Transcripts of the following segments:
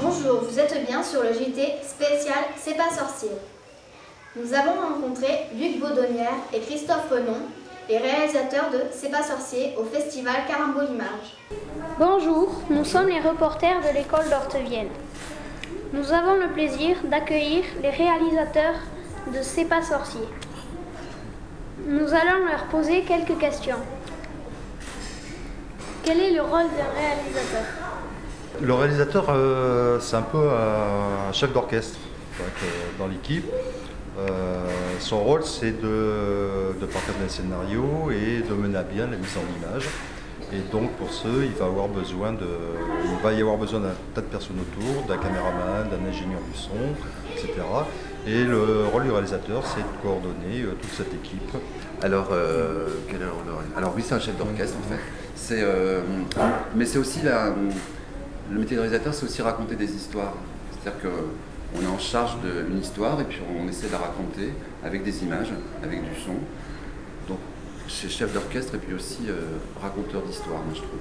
Bonjour, vous êtes bien sur le JT spécial C'est pas sorcier. Nous avons rencontré Luc Baudonnière et Christophe Renon, les réalisateurs de C'est pas sorcier au festival Carambole Image. Bonjour, nous sommes les reporters de l'école d'Ortevienne. Nous avons le plaisir d'accueillir les réalisateurs de C'est pas sorcier. Nous allons leur poser quelques questions. Quel est le rôle d'un réalisateur Le réalisateur, euh, c'est un peu un chef d'orchestre donc, euh, dans l'équipe. Euh, son rôle, c'est de, de partir d'un scénario et de mener à bien la mise en image. Et donc, pour ce, il va, avoir besoin de, il va y avoir besoin d'un tas de personnes autour, d'un caméraman, d'un ingénieur du son, etc. Et le rôle du réalisateur, c'est de coordonner euh, toute cette équipe. Alors, euh, quel est le rôle de Ryan Alors oui, c'est un chef d'orchestre en fait. C'est, euh, mais c'est aussi la, le métier de réalisateur, c'est aussi raconter des histoires. C'est-à-dire que on est en charge d'une histoire et puis on essaie de la raconter avec des images, avec du son. Donc, c'est chef d'orchestre et puis aussi euh, raconteur d'histoire, moi je trouve.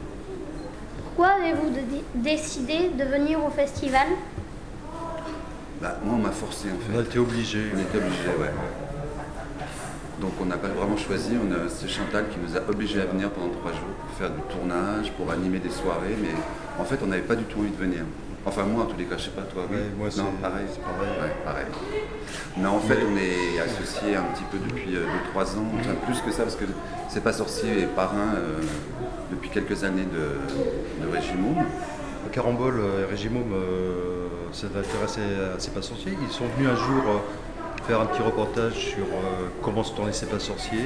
Pourquoi avez-vous dé- décidé de venir au festival Bah, moi, on m'a forcé en On a fait. été obligé. On était obligés, ouais. Donc on n'a pas vraiment choisi, on a- c'est Chantal qui nous a obligés à venir pendant trois jours pour faire du tournage, pour animer des soirées, mais en fait on n'avait pas du tout envie de venir. Enfin moi en tous les cas, je sais pas toi. oui. Ouais, moi, non, c'est- pareil, c'est pareil. Ouais, pareil. Non, en fait on est associés un petit peu depuis 2-3 ans, enfin plus que ça parce que c'est pas sorcier et parrain euh, depuis quelques années de, de Régimon. Carambole et Régimum euh, s'est intéressé à C'est pas sorcier. Ils sont venus un jour euh, faire un petit reportage sur euh, comment se tourner C'est pas sorcier.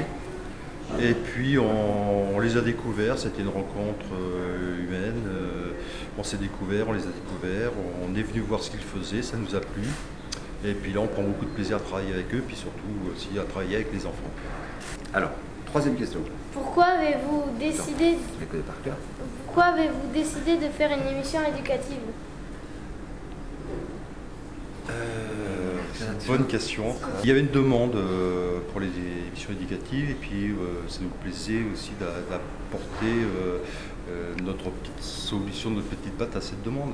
Et puis on, on les a découverts, c'était une rencontre euh, humaine. euh, on s'est découverts, on les a découverts, on est venu voir ce qu'ils faisaient, ça nous a plu. Et puis là on prend beaucoup de plaisir à travailler avec eux, puis surtout aussi à travailler avec les enfants. Alors, troisième question, Pourquoi avez-vous décidé, je les connais par cœur. pourquoi avez-vous décidé de faire une émission éducative Euh, c'est une bonne question. Il y avait une demande euh, pour les émissions éducatives et puis euh, ça nous plaisait aussi d'a- d'apporter euh, euh, notre petite solution, notre petite patte à cette demande.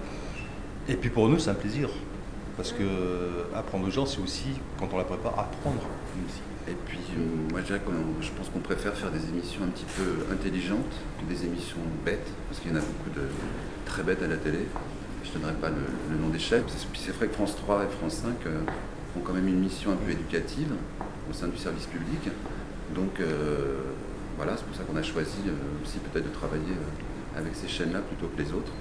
Et puis pour nous, c'est un plaisir. Parce que euh, apprendre aux gens, c'est aussi, quand on la prépare, apprendre une musique. Et puis, euh, moi, je dirais qu'on- je pense qu'on préfère faire des émissions un petit peu intelligentes que des émissions bêtes, parce qu'il y en a beaucoup de très bêtes à la télé. Je ne donnerai pas le, le nom des chefs. C'est- Puis c'est vrai que France 3 et France 5 euh, ont quand même une mission un peu éducative au sein du service public. Donc, euh, voilà, c'est pour ça qu'on a choisi euh, aussi peut-être de travailler euh, avec ces chaînes-là plutôt que les autres.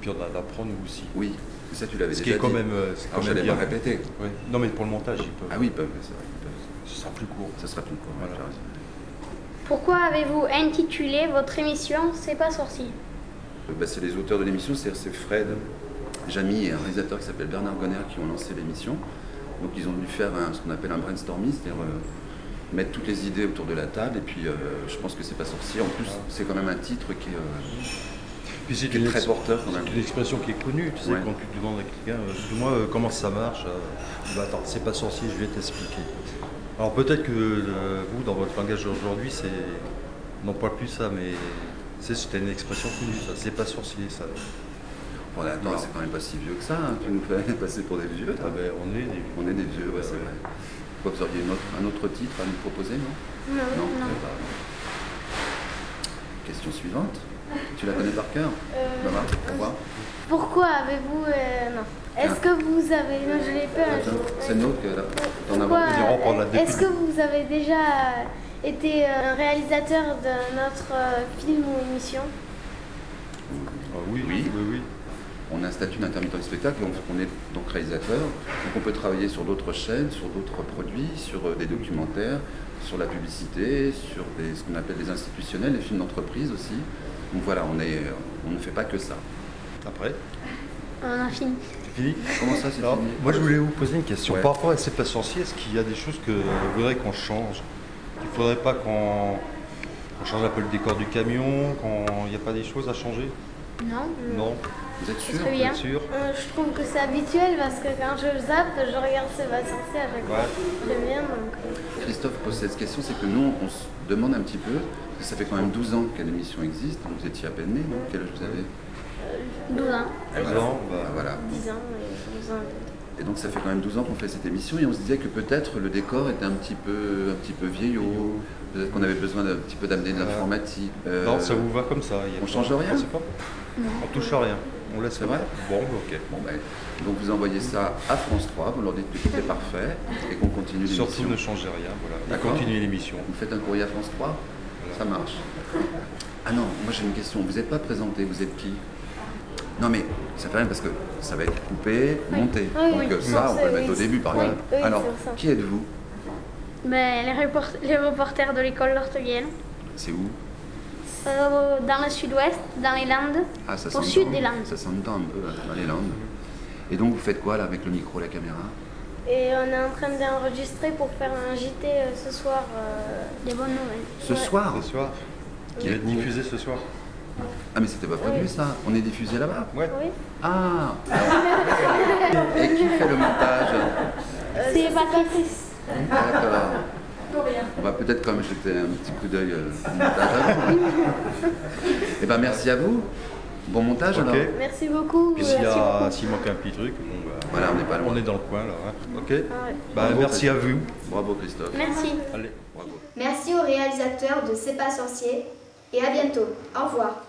Puis on a d'apprendre nous aussi. Oui, ça, tu l'avais Ce déjà qui est quand dit. même. euh, c'est Alors, quand je même l'avais bien. pas répété. Ouais. Non, mais pour le montage, ils peuvent. Ah oui, ils peuvent, c'est vrai, ils peuvent. Ce sera plus court. Ça sera plus court. Voilà. tu as raison. Pourquoi avez-vous intitulé votre émission C'est pas sorcier Euh, bah, c'est les auteurs de l'émission, c'est-à-dire c'est Fred, Jamy et un réalisateur qui s'appelle Bernard Gonner qui ont lancé l'émission. Donc ils ont dû faire un- ce qu'on appelle un brainstorming, c'est-à-dire euh, mettre toutes les idées autour de la table et puis euh, je pense que c'est pas sorcier. En plus c'est quand même un titre qui est, euh, Puis c'est qui est une très ex- porteur quand même. C'est une expression qui est connue, tu sais, Ouais. quand tu demandes à quelqu'un, euh, dis-moi euh, comment ça marche, euh, bah, attends, c'est pas sorcier, je vais t'expliquer. Alors peut-être que euh, vous, dans votre langage d'aujourd'hui, c'est. Non, pas plus ça, mais c'est c'était une expression connue, ça, c'est pas sorcier, ça. Bon, attends, c'est quand même pas si vieux que ça, hein. tu nous fais passer pour des vieux. Ah ben, on est des- On est des vieux, ouais, c'est Ouais. vrai. Quoi, vous auriez une autre- un autre titre à nous proposer, non Euh, Non, vous avez pas. Question suivante. Tu la connais par cœur Euh, Barbara, au revoir. Pourquoi avez-vous... euh, non. Est-ce que vous avez... Non, je l'ai fait un Attends, jour. C'est le nôtre que là. T'en as Pourquoi, marre. diront pour la euh, Est-ce que vous avez déjà euh, été euh, un réalisateur d'un autre euh, film ou émission Ah oui, Oui. oui, oui. On a un statut d'intermittent du spectacle, donc on est donc réalisateur. Donc on peut travailler sur d'autres chaînes, sur d'autres produits, sur euh, des documentaires, sur la publicité, sur des, ce qu'on appelle des institutionnels, les films d'entreprise aussi. Donc voilà, on, est, euh, on ne fait pas que ça. Après, Un infini. c'est fini Comment ça, c'est Alors, fini Moi, je voulais vous poser une question. Ouais. Par rapport à ces pas sorciers, est-ce qu'il y a des choses que vous voudrez qu'on change Il ne faudrait pas qu'on qu'on change un peu le décor du camion, qu'on- il n'y a pas des choses à changer Non. Non, Vous êtes sûr Très bien. bien sûr. Euh, je trouve que c'est habituel parce que quand je zappe, je regarde C'est pas censé à chaque fois. J'aime bien donc. euh, Christophe pose cette question, c'est que nous, on se demande un petit peu, parce que ça fait quand même 12 ans que l'émission existe, hein, donc vous étiez à peine né, non Quel âge vous avez 12 ans, Non, bah, Ah, Voilà. 10 ans. et- donc ça fait quand même 12 ans qu'on fait cette émission et on se disait que peut-être le décor était un petit peu, un petit peu vieillot, peut-être qu'on avait besoin d'un petit peu d'amener de Euh, l'informatique. Euh, Non, ça vous va comme ça. il y a on pas- change rien on sait pas. On touche à rien. On laisse C'est vrai Bon, bah, ok. Bon, ben, donc vous envoyez ça à France 3, vous leur dites que tout est parfait et qu'on continue Surtout l'émission. ne changez rien. Voilà. Et D'accord. continuez l'émission. Vous faites un courrier à France 3, ça marche. Ah non, moi j'ai une question, vous n'êtes pas présenté, vous êtes qui Non mais ça fait rien parce que ça va être coupé, monté. Oui, Donc oui. euh, ça, Non, on ça, peut le oui, mettre au ça- début par oui, exemple. oui, Alors, c'est ça. qui êtes-vous Ben, les, report- les reporters de l'école d'Ortevienne, C'est où euh, dans le sud-ouest, dans les Landes, Ah, ça au s'entend. sud des Landes. Ça s'entend un peu, euh, dans les Landes. Et donc vous faites quoi là avec le micro, la caméra Et on est en train d'enregistrer pour faire un JT euh, ce soir. euh, Des bonnes nouvelles. Ce Ouais. soir Ce soir. Qui va être diffusé ce soir Ah mais c'était pas prévu ça, on est diffusé là-bas Ouais. Oui. Ah Et qui fait le montage Euh, C'est Patrice. D'accord. On va peut-être quand même jeter un petit coup d'œil euh, au montage avant. Eh ben merci à vous. Bon montage Ok. alors. Merci beaucoup. Puis s'il y merci a- beaucoup. s'il manque un petit truc, bon, bah, Voilà, on n'est pas loin. on est dans le coin là. hein. Ok Bah, Ah Bravo, Merci à vous. Bravo Christophe. Merci. Allez. Bravo. Merci aux réalisateurs de C'est pas sorcier et à bientôt. Au revoir.